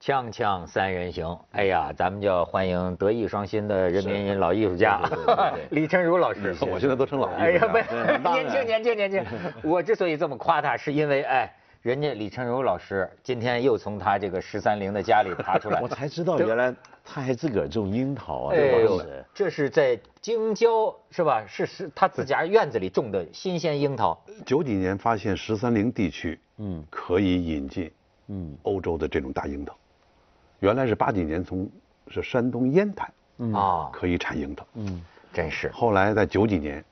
锵锵三人行，哎呀，咱们就要欢迎德艺双馨的人民老艺术家对对对对 嗯李成儒老师。我现在都成老哎艺呀，术不家是， 当年轻然年轻年轻。 我之所以这么夸他，是因为哎，人家李成儒老师今天又从他这个十三陵的家里爬出来。 我才知道对原来他还自个儿种樱桃啊，哎这呦王子，这是在京郊是吧？是是他自家院子里种的新鲜樱桃。九几年发现十三陵地区，嗯，可以引进，嗯，欧洲的这种大樱桃，原来是八几年从是山东烟台，嗯啊可以产樱桃，嗯，真是后来在九几年，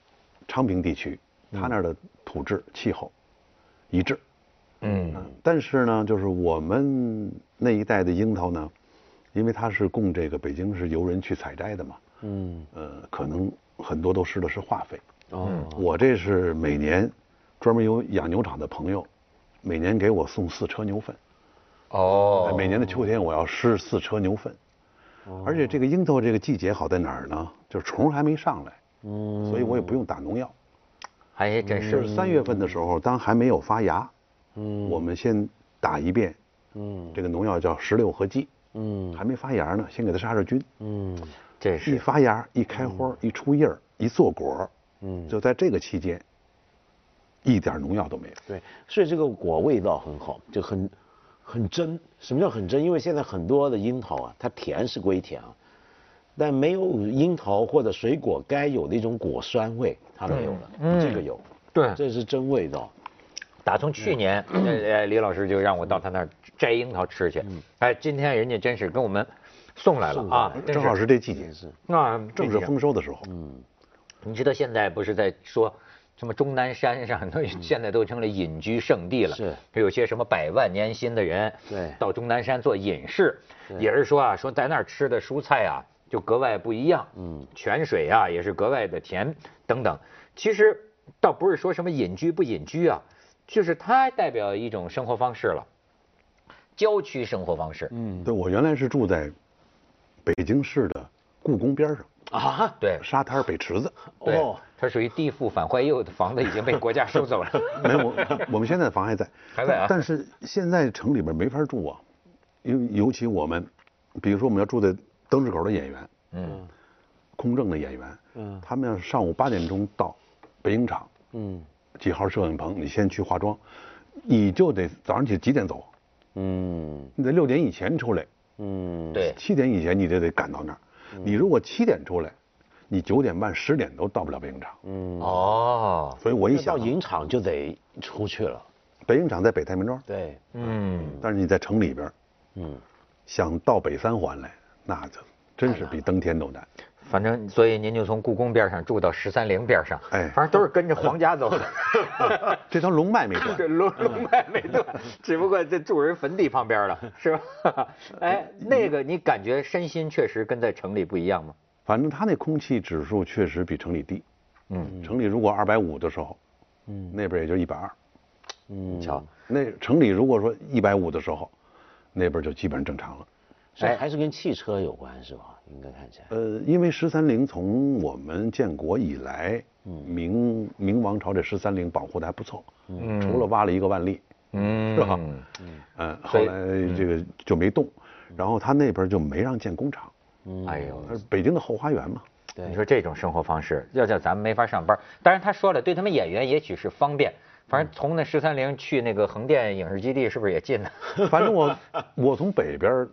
昌平地区，他那儿的土质气候一致，嗯但是呢，就是我们那一带的樱桃呢，因为它是供这个北京市游人去采摘的嘛，嗯，呃，可能很多都施的是化肥。哦，嗯我这是每年专门有养牛场的朋友，每年给我送四车牛粪。哦每年的秋天我要施四车牛粪。而且这个樱桃这个季节好在哪儿呢？就是虫还没上来，嗯，所以我也不用打农药。哎，真就是是三月份的时候，当还没有发芽，嗯，我们先打一遍，嗯，这个农药叫石榴合剂，嗯，还没发芽呢，先给它杀杀菌，嗯，真一是发芽，一开花，一出叶儿，一做果儿，嗯，就在这个期间，一点农药都没有。对，所以这个果味道很好，就很很真。什么叫很真？因为现在很多的樱桃啊，它甜是归甜啊，但没有樱桃或者水果该有的一种果酸味，它没有了。嗯这个有，对这是真味道。打从去年，嗯呃，呃李老师就让我到他那儿摘樱桃吃去。哎，今天人家真是跟我们送来了啊，真正好是这季节，那正是丰收的时候，嗯，你知道现在不是在说什么终南山上都现在都成了隐居圣地了，嗯是有些什么百万年薪的人，对到终南山做隐士，也是说啊，说在那儿吃的蔬菜啊就格外不一样，嗯，泉水啊也是格外的甜等等。其实倒不是说什么隐居不隐居啊，就是它代表一种生活方式了，郊区生活方式，嗯，对我原来是住在北京市的故宫边儿上，啊，对。沙滩儿北池子，对哦，它属于地富反坏右的房子已经被国家收 走了。没有， 我们现在房还在，还在啊但是现在城里边没法住啊，因为尤其我们，比如说我们要住在灯市口的演员，嗯，空政的演员，嗯，他们要上午八点钟到北影厂嗯几号摄影棚，你先去化妆，你就得早上起几点走？嗯你得六点以前出来，嗯，对，七点以前你就得赶到那儿。你如果七点出来，你九点半、十点都到不了北影厂。哦，所以我一那到想，啊影厂就得出去了。北影厂在北太平庄，对，嗯，但是你在城里边，嗯，想到北三环来，那就真是比登天都难。反正所以您就从故宫边上住到十三陵边上，哎反正都是跟着皇家走 的，这条龙脉没断这，龙龙脉没断，只不过这住人坟地旁边 了，是吧？哎，那个你感觉身心确实跟在城里不一样吗？反正它那空气指数确实比城里低。嗯，城里如果二百五的时候，嗯，那边也就一百二。你瞧，那城里如果说一百五的时候，那边就基本上正常了。所以哎还是跟汽车有关是吧？应该看起来。呃，因为十三陵从我们建国以来，明明王朝这十三陵保护的还不错，嗯，除了挖了一个万历，嗯，是吧？嗯，后来这个就没动，然后他那边就没让建工厂，哎呦，它是北京的后花园嘛。对你说这种生活方式，要叫咱们没法上班。当然他说了，对他们演员也许是方便，反正从那十三陵去那个横店影视基地是不是也近呢？反正我我从北边儿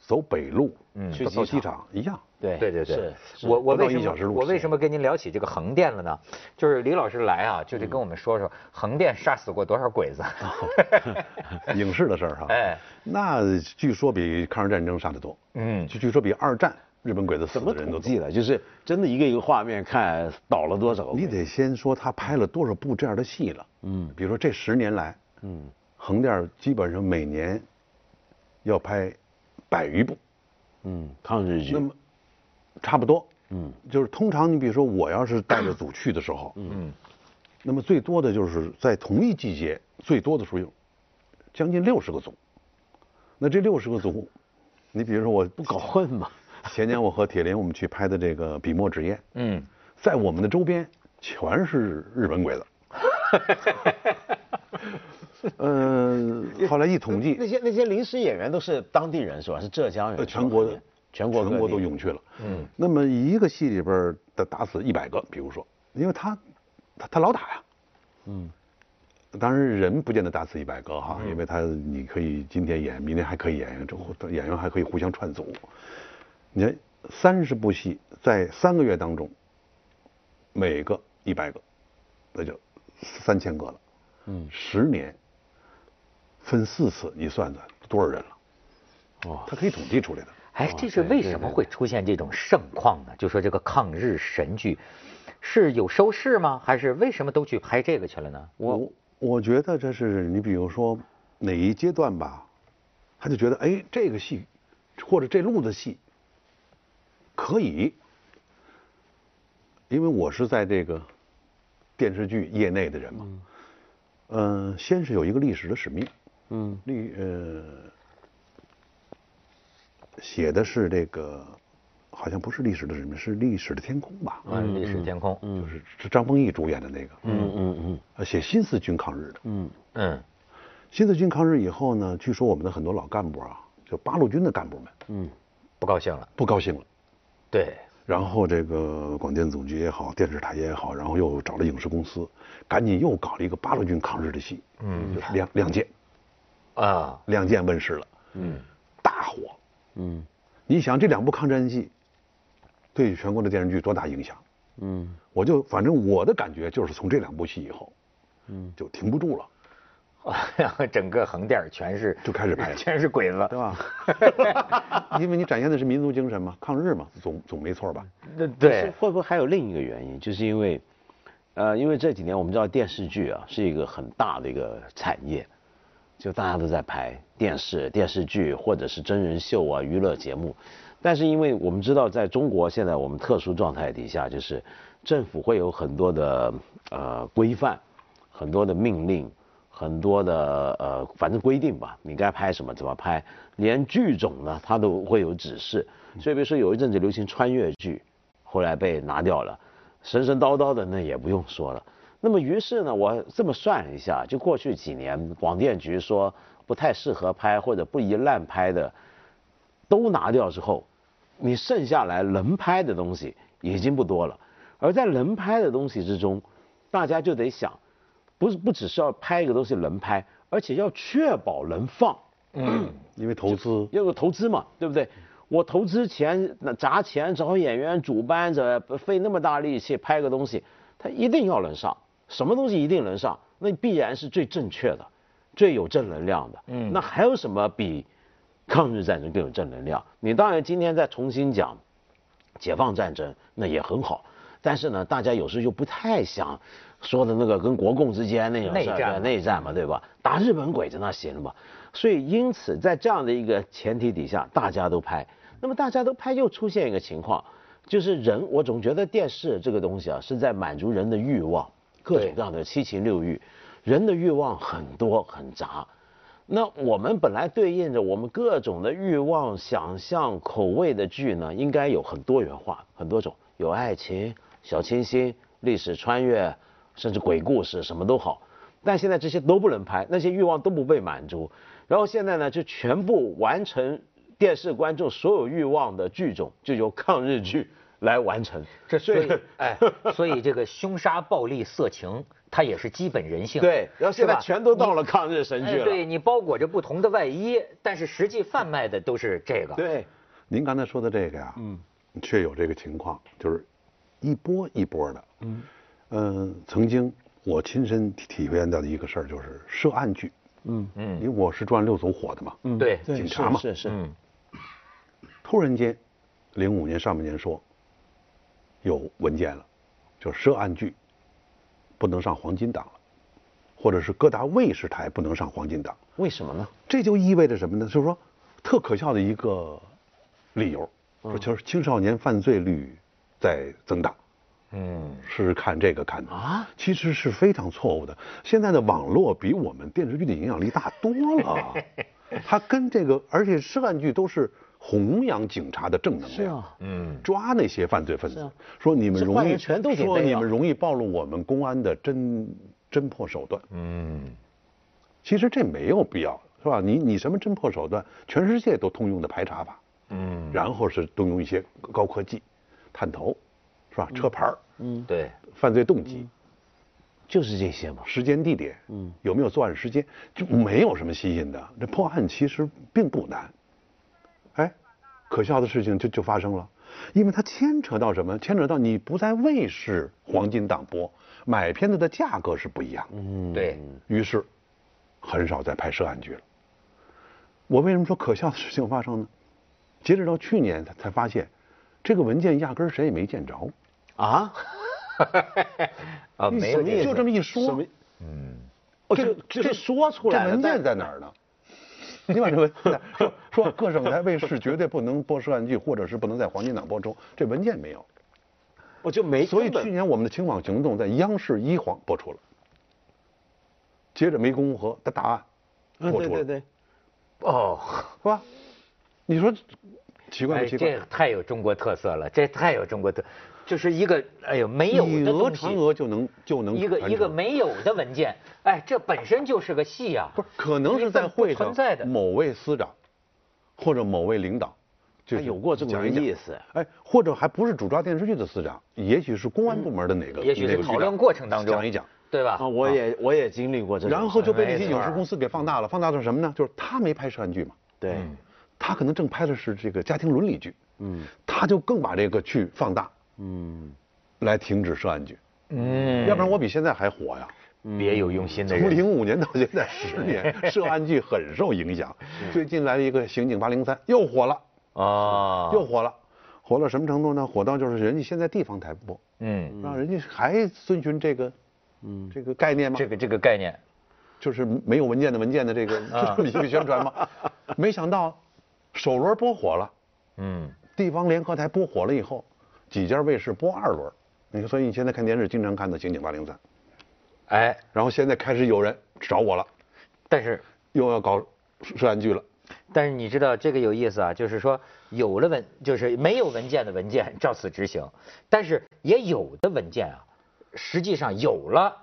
走北路，嗯到到机场一样。对对对对是，是我我不到为什一小时么路我为是什么跟您聊起这个横店了呢？就是李老师来啊，就得跟我们说说横店杀死过多少鬼子。哦影视的事儿哈， 哎，那据说比抗日战争杀得多，嗯据据说比二战日本鬼子死怎么的人统都计多。的？就是真的一个一个画面看倒了多少个？你得先说他拍了多少部这样的戏了，嗯，比如说这十年来，嗯，横店儿基本上每年要拍百余部，嗯，抗日剧。那么差不多，嗯，就是通常你比如说我要是带着组去的时候，嗯，那么最多的就是在同一季节最多的时候有将近六十个组，那这六十个组，你比如说我不搞混嘛。前年我和铁林我们去拍的这个《笔墨纸砚》，嗯，在我们的周边全是日本鬼子，嗯，后来一统计那，些那些临时演员都是当地人是吧？是浙江人呃，是吧，全国的全国各全国地都涌去了。嗯，那么一个戏里边儿的打死一百个，比如说，因为他他他老打呀。嗯，当然人不见得打死一百个哈，嗯因为他你可以今天演，明天还可以演，这互演员还可以互相串组。你看三十部戏在三个月当中，每个一百个，那就三千个了。嗯，十年分四次，你算算多少人了？哦，他可以统计出来的。哎，这是为什么会出现这种盛况呢？就说这个抗日神剧，是有收视吗？还是为什么都去拍这个去了呢？我我觉得这是你比如说哪一阶段吧，他就觉得哎这个戏或者这路子戏可以，因为我是在这个电视剧业内的人嘛，嗯、先是有一个历史的使命，嗯，历呃写的是这个好像不是历史的使命，是历史的天空吧，啊，历史天空，嗯就是是张丰毅主演的那个，嗯嗯嗯，呃写新四军抗日的，嗯嗯新四军抗日以后呢，据说我们的很多老干部啊，就八路军的干部们嗯不高兴了，不高兴了，对，然后这个广电总局也好，电视台也好，然后又找了影视公司，赶紧又搞了一个八路军抗日的戏，嗯，就是亮《亮剑》，《啊，亮剑》问世了，嗯，大火。嗯你想这两部抗战戏，对全国的电视剧多大影响？嗯我就反正我的感觉就是从这两部戏以后，嗯，就停不住了。然后 整个横店儿全是就开始拍了 全是鬼子对，吧？因为你展现的是民族精神嘛，抗日嘛，总总没错吧？对是对，会不会还有另一个原因？就是因为，呃，因为这几年我们知道电视剧啊是一个很大的一个产业，就大家都在拍电视、电视剧或者是真人秀啊、娱乐节目。但是因为我们知道，在中国现在我们特殊状态底下，就是政府会有很多的呃规范，很多的命令，很多的呃反正规定吧，你该拍什么，怎么拍，连剧种呢它都会有指示。所以比如说有一阵子流行穿越剧，后来被拿掉了，神神叨叨的那也不用说了。那么于是呢，我这么算一下，就过去几年广电局说不太适合拍或者不宜滥拍的，都拿掉之后，你剩下来能拍的东西已经不多了。而在能拍的东西之中，大家就得想，不是不只是要拍一个东西能拍，而且要确保能放。因为投资要有投资嘛，对不对？我投资钱那砸钱找演员、主办者，费那么大力气拍个东西，他一定要能上。什么东西一定能上？那必然是最正确的，最有正能量的。嗯，那还有什么比抗日战争更有正能量？你当然今天再重新讲解放战争，那也很好。但是呢，大家有时候又不太想说的那个跟国共之间那种内事儿战对嘛内战嘛，对吧？打日本鬼子那行嘛。所以因此在这样的一个前提底下，大家都拍。那么大家都拍，又出现一个情况，就是人，我总觉得电视这个东西啊，是在满足人的欲望，各种各样的七情六欲，人的欲望很多很杂。那我们本来对应着我们各种的欲望、想象、口味的剧呢，应该有很多元化，很多种，有爱情、小清新、历史穿越，甚至鬼故事，什么都好。但现在这些都不能拍，那些欲望都不被满足。然后现在呢，就全部完成电视观众所有欲望的剧种，就由抗日剧来完成。这所以所 以哎，所以这个凶杀、暴力、色情，它也是基本人性，对，然后现在是吧全都到了抗日神剧哎了。对你包裹着不同的外衣，但是实际贩卖的都是这个，对您刚才说的这个呀，嗯，确有这个情况，就是一波一波的，嗯，呃，曾经我亲身体体验到的一个事儿就是涉案剧，嗯嗯，因为我是重案六组火的嘛，嗯，对对警察嘛是是是嗯突然间，零五年上半年说有文件了，就涉案剧不能上黄金档了，或者是各大卫视台不能上黄金档，为什么呢？这就意味着什么呢？就是说，特可笑的一个理由，说嗯就是青少年犯罪率在增大，嗯，是看这个看的啊，其实是非常错误的。现在的网络比我们电视剧的影响力大多了，它跟这个，而且涉案剧都是弘扬警察的正能量，是啊，嗯，抓那些犯罪分子，是啊说你们这容坏易人全都给说逮你了们容易暴露我们公安的侦侦破手段，嗯，其实这没有必要，是吧？你你什么侦破手段，全世界都通用的排查法，嗯，然后是动用一些高科技，探头，是吧？车牌儿、嗯，对，犯罪动机、就是这些嘛。时间、地点，嗯，有没有作案时间，就没有什么新鲜的。这破案其实并不难，哎，可笑的事情就就发生了，因为它牵扯到什么？牵扯到你不在卫视黄金档播，买片子的价格是不一样的。嗯，对，于是很少再拍涉案剧了。我为什么说可笑的事情发生呢？截止到去年才才发现，这个文件压根儿谁也没见着。啊， 啊，没有什么这就个这么一说什么？嗯，哦，就就是说出来这了，文件但在哪儿呢？ 你把这文件说说各省台卫视绝对不能播涉案剧，或者是不能在黄金档播出，这文件没有。我就没所以哎根本去年我们的情网行动在央视一黄播出了，接着湄公河的大案嗯播对出对了，对，哦，是吧？你说奇怪哎，不奇怪？这太有中国特色了，这太有中国特，就是一个哎呦没有以的讹东西传讹就能就能一个传一个承没有的文件，哎，这本身就是个戏呀、不是可能是在会不上存在的某位司长或者某位领导，就他哎是有过这讲种一讲意思，哎，或者还不是主抓电视剧的司长，也许是公安部门的哪个，嗯也许哪是个局讨论长过程当中讲一讲，对吧？啊，我也我也经历过这种事儿，然后就被那些哎没影错视儿公司给放大了，放大成什么呢？就是他没拍涉案剧嘛，对，他可能正拍的是这个家庭伦理剧，嗯他就更把这个去放大，嗯，来停止涉案剧，嗯，要不然我比现在还火呀。别有用心的从人，零五年到现在十年， 涉案剧很受影响。嗯最近来了一个《刑警八零三》，又火了，啊，又火了，火到什么程度呢？火到就是人家现在地方台播，嗯，让人家还遵循这个，嗯，这个概念吗？这个这个概念，就是没有文件的文件的这个啊就 这么一个宣传吗？没想到，首轮播火了，嗯，地方联合台播火了以后，几家卫视播二轮，你看，所以你现在看电视经常看到《刑警八零三》，哎，然后现在开始有人找我了，但是又要搞涉案剧了。但是你知道这个有意思啊，就是说有了文，就是没有文件的文件照此执行，但是也有的文件啊，实际上有了。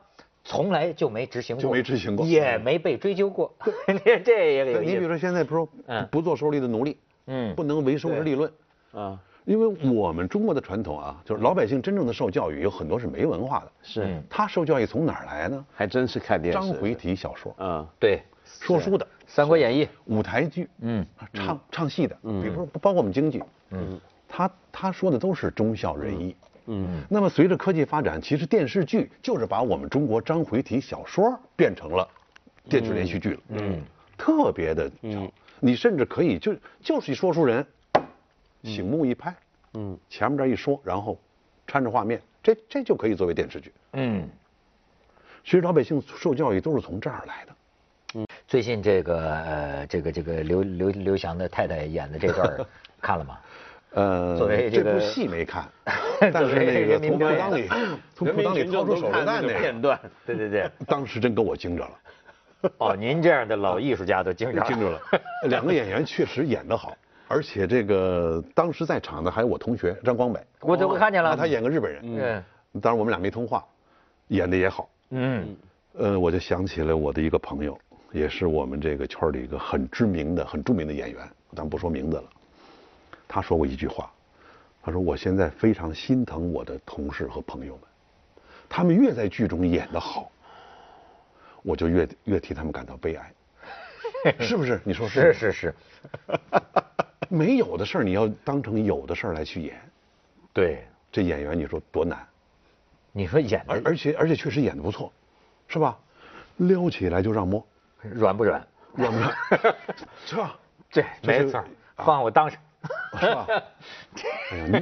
从来就没执行过，就没执行过也没被追究过， 这也有对你意比思。如说现在不说嗯不做手里的奴隶，嗯不能唯收之利论，啊因为我们中国的传统啊，就是老百姓真正的受教育有很多是没文化的，是，他受教育从哪儿来呢？还真是看电视，章回体小说、啊，对，说书的、 《三国演义》舞台剧，啊嗯，唱唱戏的，比如说包括我们京剧，嗯，他他说的都是忠孝仁义。嗯，那么随着科技发展，其实电视剧就是把我们中国章回体小说变成了电视连续剧了。嗯，特别的，嗯，你甚至可以就就是一说书人，醒目一拍，嗯，前面这一说，然后掺着画面，这这就可以作为电视剧。嗯，其实老百姓受教育都是从这儿来的。最近这个呃，这个这个刘刘刘翔的太太演的这段 儿看了吗？呃，作为这这个部戏没 看，但是那个人民从表裤演裆里从人裤民裆里群掏众都出手看榴弹那个那片个，段，对对对，当时真给我惊着了，哦， 您这样的老艺术家都经 常惊着了。两个演员确实演得好，而且这个当时在场的还有我同学张光北，我都看见了。啊他演个日本人哦嗯，当然我们俩没通话，演的也好。嗯呃，我就想起了我的一个朋友，也是我们这个圈里一个很知名的、很著名的演员，咱不说名字了。他说过一句话，他说：“我现在非常心疼我的同事和朋友们，他们越在剧中演得好，我就越越替他们感到悲 哀。是不是？你说是不是是是？是， 没有的事儿你要当成有的事儿来去演，对，啊这演员你说多难？你说演而的而且而且确实演得不错，是吧？撩起来就让摸，软不软？让不让？是啊吧？”这就是没错儿，啊放我当时，是 吧？哎呀，你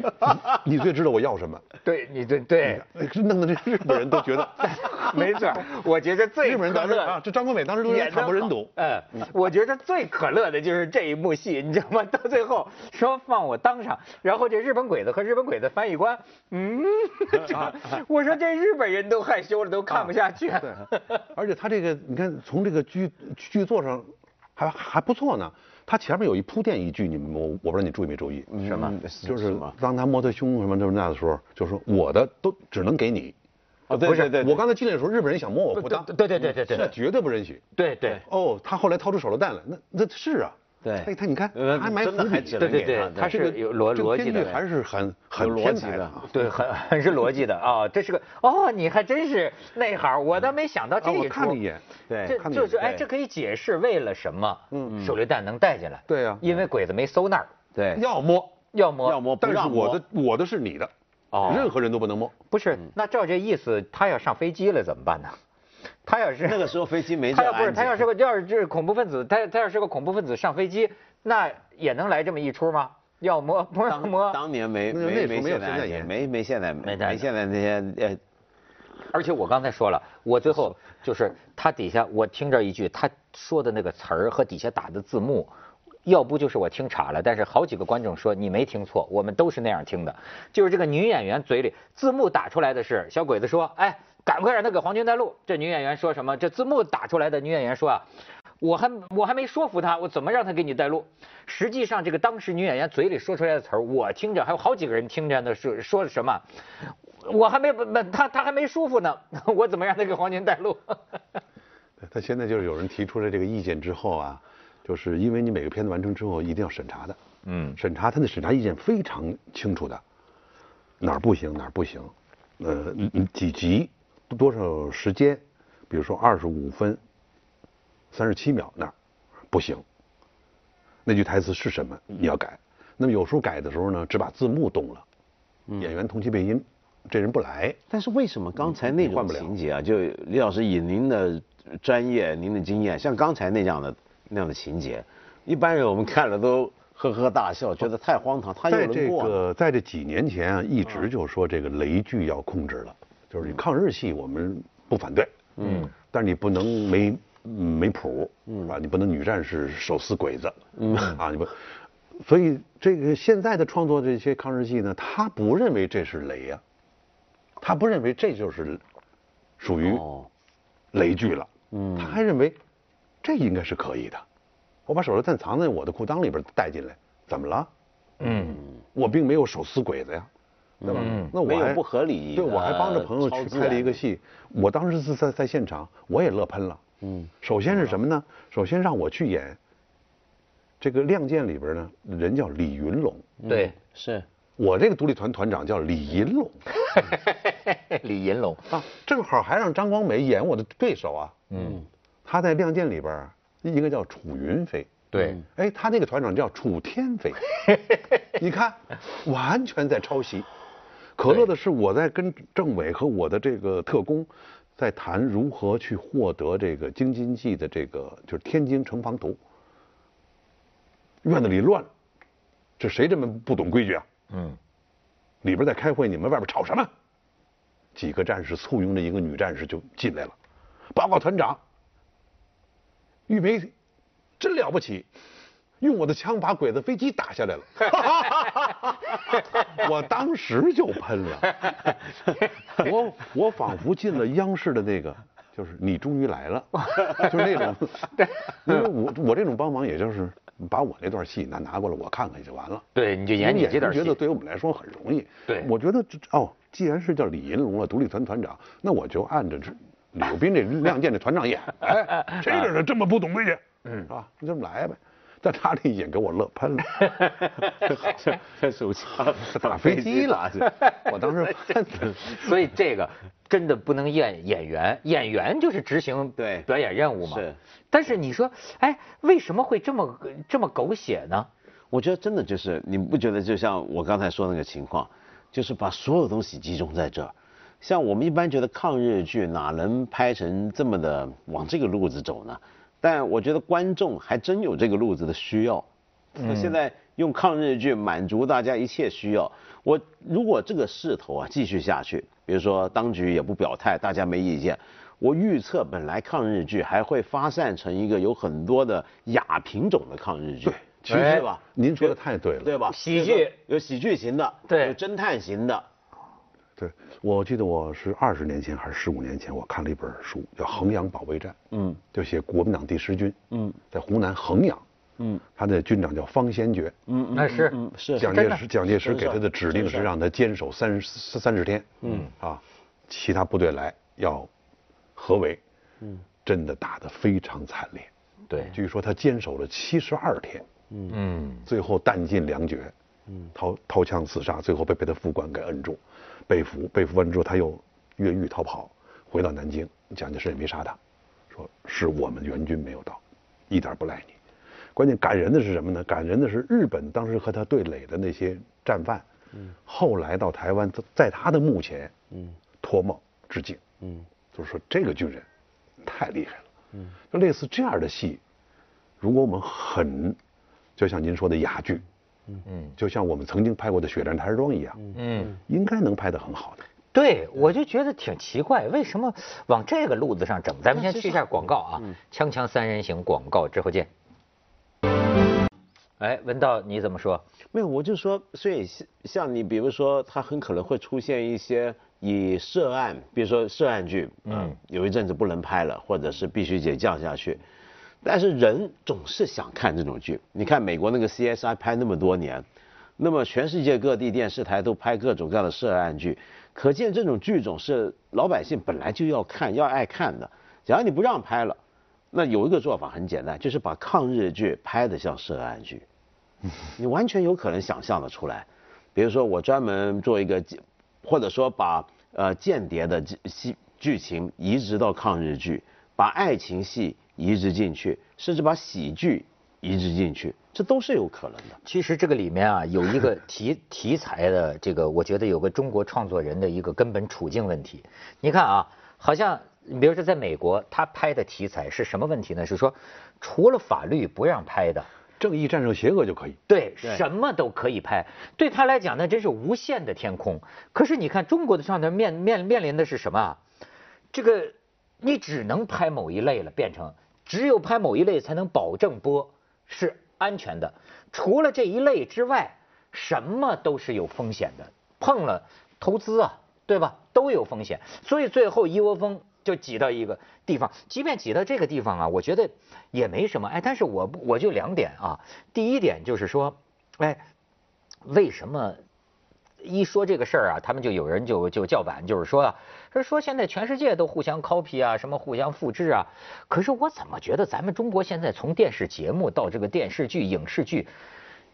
你你最知道我要什么，对你对对，哎弄得这日本人都觉得， 没错儿，我觉得最日本人可当时乐啊，这张国伟当时都有点演惨不忍睹。嗯，我觉得最可乐的就是这一幕戏， 你知道吗？到最后说放我当上，然后这日本鬼子和日本鬼子翻译官，嗯， 我说这日本人都害羞了，都看不下去。对，而且他这个你看，从这个剧剧作上还还不错呢。他前面有一铺垫一句，你们我我不知道你注意没注意，嗯什么就是是吗当他摸他胸什么这么那的时候，就说我的都只能给你，啊，对不是对对，我刚才进来的时候，日本人想摸我裤裆，对对对对对那对绝对不允许。 对对哦，他后来掏出手榴弹来，那那是啊，对哎，他你看，呃他还埋伏真的还笔指，对了对给对他，它是有逻啊这逻编辑剧的，还是很有很逻天辑才的啊对，很 很是逻辑的啊，这是个哦，你还真是内行，我倒没想到这啊一出。我看了一眼对这看了一就眼是哎，对这可以解释为了什么手榴弹能带进来。对呀因为鬼子没搜那儿，对，要摸，要么啊要摸不但是让摸我的我的是你的，哦任何人都不能摸。嗯不是，那照这意思，他要上飞机了怎么办呢？他要是 那个时候飞机没这他要不是安他要检是个要是这恐怖分子，他他要是个恐怖分子上飞机，那也能来这么一出吗？要摸不让当摸，当年没那个没那时没候没有现在现在安检严没没现在没没戴没现在那些呃而且我刚才说了，我最后就是他底下我听着一句他说的那个词儿和底下打的字幕，要不就是我听岔了，但是好几个观众说你没听错，我们都是那样听的，就是这个女演员嘴里字幕打出来的是小鬼子说，哎，赶快让他给皇军带路。这女演员说什么？这字幕打出来的女演员说啊。我还我还没说服他，我怎么让他给你带路？实际上，这个当时女演员嘴里说出来的词儿，我听着还有好几个人听着呢，是说的什么？我还没不不他他还没舒服呢， 我怎么让他给黄金带路？对但现在就是有人提出了这个意见之后啊，就是因为你每个片子完成之后一定要审查的，嗯，审查他的审查意见非常清楚的，哪儿不行哪儿不行，呃嗯嗯几集多少时间，比如说二十五分三十七秒那儿不行，那句台词是什么你要改。那么有时候改的时候呢，只把字幕动了，演员同期配音，这人不来，但是为什么刚才那你换种不了情节啊？就李老师以您的专业、您的经验，像刚才那样的那样的情节，一般人我们看了都呵呵大笑，觉得太荒唐，他又在能这过嗯呢。个在这几年前啊，一直就说这个雷剧要控制了，就是你嗯抗日戏我们不反对，嗯，但是你不能没没谱，嗯啊，你不能女战士手撕鬼子，嗯 啊，你不，所以这个现在的创作这些抗日戏呢，他不认为这是雷呀、他不认为这就是属于哦雷剧了，嗯，他还认为这应该是可以的，我把手榴弹藏在我的裤裆里边带进来，怎么了？嗯，我并没有手撕鬼子呀，对吧？嗯那我没有还不合理对我还帮着呃朋友超去自拍了然一个戏，我当时是在在现场，我也乐喷了。嗯，首先是什么呢？首先让我去演这个《亮剑》里边呢，人叫李云龙，对，是我这个独立团团长叫李银龙李银龙，啊，正好还让张光美演我的对手啊。嗯，他在《亮剑》里边儿应该叫楚云飞。对，哎，他那个团长叫楚天飞，你看，完全在抄袭。可乐的是，我在跟政委和我的这个特工，在谈如何去获得这个京津冀的这个就是天津城防图。院子里乱了，这谁这么不懂规矩啊？嗯，里边在开会，你们外边吵什么？几个战士簇拥着一个女战士就进来了，报告团长，玉梅真了不起，用我的枪把鬼子飞机打下来了。 我当时就喷了，我我仿佛进了央视的那个，就是你终于来了，就是那种，因为我我这种帮忙也就是把我那段戏拿拿过来我看看就完了。对，你就演你这点觉得戏，对于我们来说很容易。对我觉得这哦，既然是叫李银龙了，独立团团长，那我就按着这李幼斌这亮剑这团长演。哎， 谁惹的这么不懂规矩？嗯，是吧？就这么来呗。但他这一眼给我乐 喷了，这这手机 打飞机了，我当时喷的。 所以这个真的不能演演员，演员就是执行对表演任务嘛。是，但是你说，哎，为什么会这么这么狗血呢？我觉得真的就是，你不觉得就像我刚才说那个情况，就是把所有东西集中在这儿。像我们一般觉得抗日剧哪能拍成这么的往这个路子走呢？但我觉得观众还真有这个路子的需要。那现在用抗日剧满足大家一切需要。我如果这个势头啊继续下去，比如说当局也不表态，大家没意见，我预测本来抗日剧还会发散成一个有很多的亚品种的抗日剧。其实是吧，您说的太对了。对吧？喜就是剧有喜剧型的，对有侦探型的，对，我记得我是二十年前还是十五年前，我看了一本书叫《衡阳保卫战》，嗯，就写国民党第十军，嗯，在湖南衡阳，嗯，他的军长叫方先觉，嗯，那是，嗯，是蒋介石蒋介石给他的指令是让他坚守三十三十天，嗯啊，其他部队来要合围，嗯，真的打得非常惨烈。对，据说他坚守了七十二天，嗯，最后弹尽粮绝，嗯，掏掏枪自杀，最后被被他副官给摁住，被俘，被俘完之后他又越狱逃跑，回到南京，蒋介石也没杀他，说是我们援军没有到，一点不赖你。关键感人的是什么呢？感人的是日本当时和他对垒的那些战犯，嗯，后来到台湾，在他的墓前，嗯，脱帽致敬，嗯，就是说这个军人太厉害了，嗯，就类似这样的戏，如果我们很，就像您说的哑剧，嗯嗯，就像我们曾经拍过的《雪战台儿庄》一样，嗯，应该能拍得很好的。对，我就觉得挺奇怪，为什么往这个路子上整？咱们先去一下广告啊，锵锵三人行广告之后见。哎，文道你怎么说？没有，我就说，所以像像你，比如说，它很可能会出现一些以涉案，比如说涉案剧，嗯，有一阵子不能拍了，或者是必须得降下去。但是人总是想看这种剧。你看美国那个 CSI 拍那么多年，那么全世界各地电视台都拍各种各样的涉案剧，可见这种剧种是老百姓本来就要看、要爱看的。假如你不让拍了，那有一个做法很简单，就是把抗日剧拍得像涉案剧。你完全有可能想象的出来。比如说，我专门做一个间，或者说把呃间谍的剧戏剧情移植到抗日剧，把爱情戏移植进去，甚至把喜剧移植进去，这都是有可能的。其实这个里面啊，有一个题题材的这个，我觉得有个中国创作人的一个根本处境问题。你看啊，好像你比如说在美国，他拍的题材是什么问题呢？是说除了法律不让拍的，正义战胜邪恶就可以。对，什么都可以拍。对他来讲，那真是无限的天空。可是你看，中国的上头面面面临的是什么啊？这个你只能拍某一类了，变成只有拍某一类才能保证播是安全的。除了这一类之外，什么都是有风险的，碰了投资啊，对吧？都有风险，所以最后一窝蜂就挤到一个地方。即便挤到这个地方啊，我觉得也没什么。哎，但是我不我就两点啊，第一点就是说，哎，为什么一说这个事儿啊，他们就有人就就叫板，就是说啊，说说现在全世界都互相 copy 啊，什么互相复制啊。可是我怎么觉得咱们中国现在从电视节目到这个电视剧、影视剧，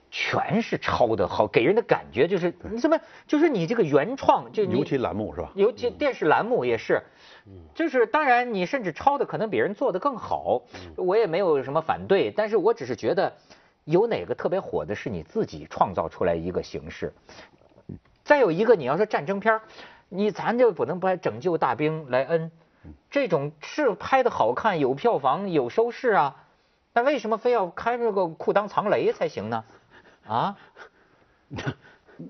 全是抄的好，给人的感觉就是你怎么就是你这个原创就你尤其栏目是吧？尤其电视栏目也是，就是当然你甚至抄的可能比人做的更好，我也没有什么反对，但是我只是觉得有哪个特别火的是你自己创造出来一个形式。再有一个，你要说战争片儿，你咱就不能拍《拯救大兵莱恩》，这种是拍的好看，有票房，有收视啊，那为什么非要开这个裤裆藏雷才行呢？啊，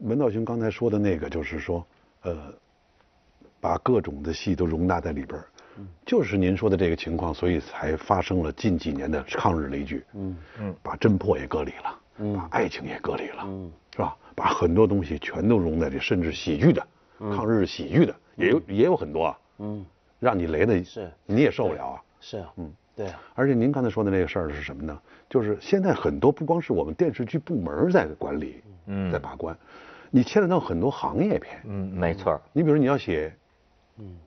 文道兄刚才说的那个，就是说，呃，把各种的戏都容纳在里边儿，就是您说的这个情况，所以才发生了近几年的抗日雷剧。嗯嗯，把侦破也隔离了，把爱情也隔离了，是吧？把很多东西全都融在里，甚至喜剧的，抗日喜剧的也有也有很多啊。嗯，让你雷的是你也受不了啊。是啊，嗯，对啊，而且您刚才说的那个事儿是什么呢？就是现在很多不光是我们电视剧部门儿在管理，嗯，在把关，你牵扯到很多行业片。嗯，没错儿，你比如你要写，嗯，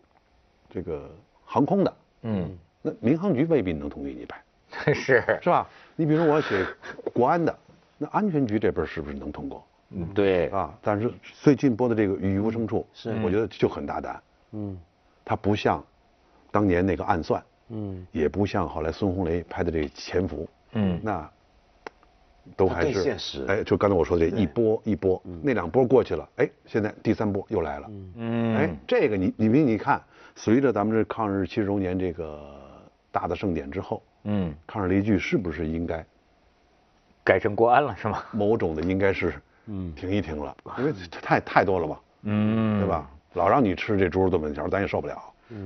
这个航空的，嗯，那民航局未必能同意你拍， 是，是吧？你比如我要写国安的，那安全局这边是不是能通过嗯对，啊？嗯但是最近播的这个《与无声处》，是我觉得就很大胆，嗯它不像当年那个暗算，嗯，也不像后来孙红雷拍的这个《潜伏》，嗯那都还它是更现实嗯哎，就刚才我说的这一波一波，那两波过去了，哎，现在第三波又来了，嗯哎，这个你你你你看，随着咱们这抗日七十周年这个大的盛典之后，嗯，抗日雷剧是不是应该改成国安了是吗？某种的应该是嗯停一停了，因为嗯太太多了吧，嗯对？吧？老让你吃这猪肉炖粉条，咱也受不了。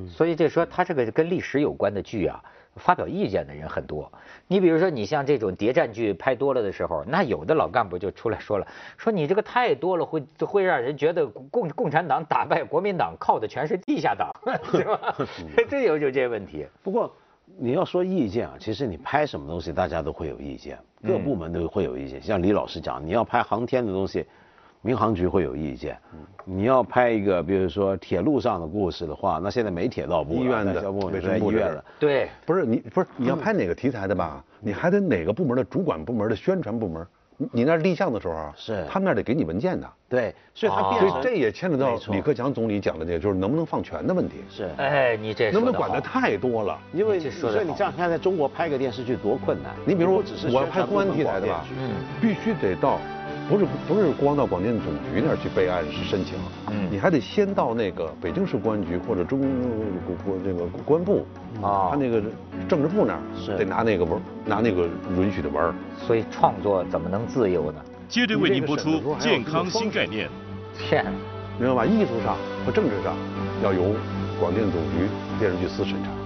所以就说他这个跟历史有关的剧啊，发表意见的人很多。你比如说，你像这种谍战剧拍多了的时候，那有的老干部就出来说了，说你这个太多了，会会让人觉得共共产党打败国民党靠的全是地下党， 是 吧？这有就这问题。不过你要说意见啊，其实你拍什么东嗯西，大家都会有意见，各部门都会有意见。像李老师讲，你要拍航天的东西，民航局会有意见。嗯你要拍一个，比如说铁路上的故事的话，那现在没铁道部了，医院的外交部卫对生部医的院人了。对，不是你不是你要嗯拍哪个题材的吧？你还得哪个部门的主管部门的宣传部门？你你那儿立项的时候啊，是他们那儿得给你文件的，对，所以它哦变所以成这也牵扯到没错李克强总理讲的这个，就是能不能放权的问题，是，哎，你这说能不能得管好的太多了。因为你这你说说得你好这样看，在中国拍个电视剧多困难。你比如不只是我宣拍传公安部门题材的广吧电局嗯必须得到，不是不是光到广电总局那儿去备案是申请，嗯你还得先到那个北京市公安局或者中国国这个公安部啊他那个政治部那哦是儿得拿那个文儿拿那个允许的文儿。所以创作怎么能自由呢？接着为您播你这出个审的时候还要健康新概念。天哪！明白吧？艺术上和政治上要由广电总局电视剧司审查。